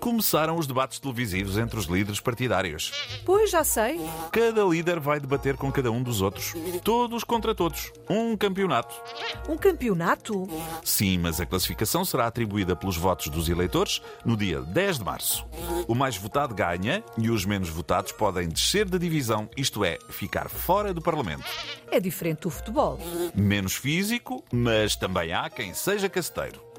Começaram os debates televisivos entre os líderes partidários. Pois já sei. Cada líder vai debater com cada um dos outros. Todos contra todos. Um campeonato. Um campeonato? Sim, mas a classificação será atribuída pelos votos dos eleitores no dia 10 de março. O mais votado ganha e os menos votados podem descer da divisão, isto é, ficar fora do Parlamento. É diferente do futebol. Menos físico, mas também há quem seja caceteiro.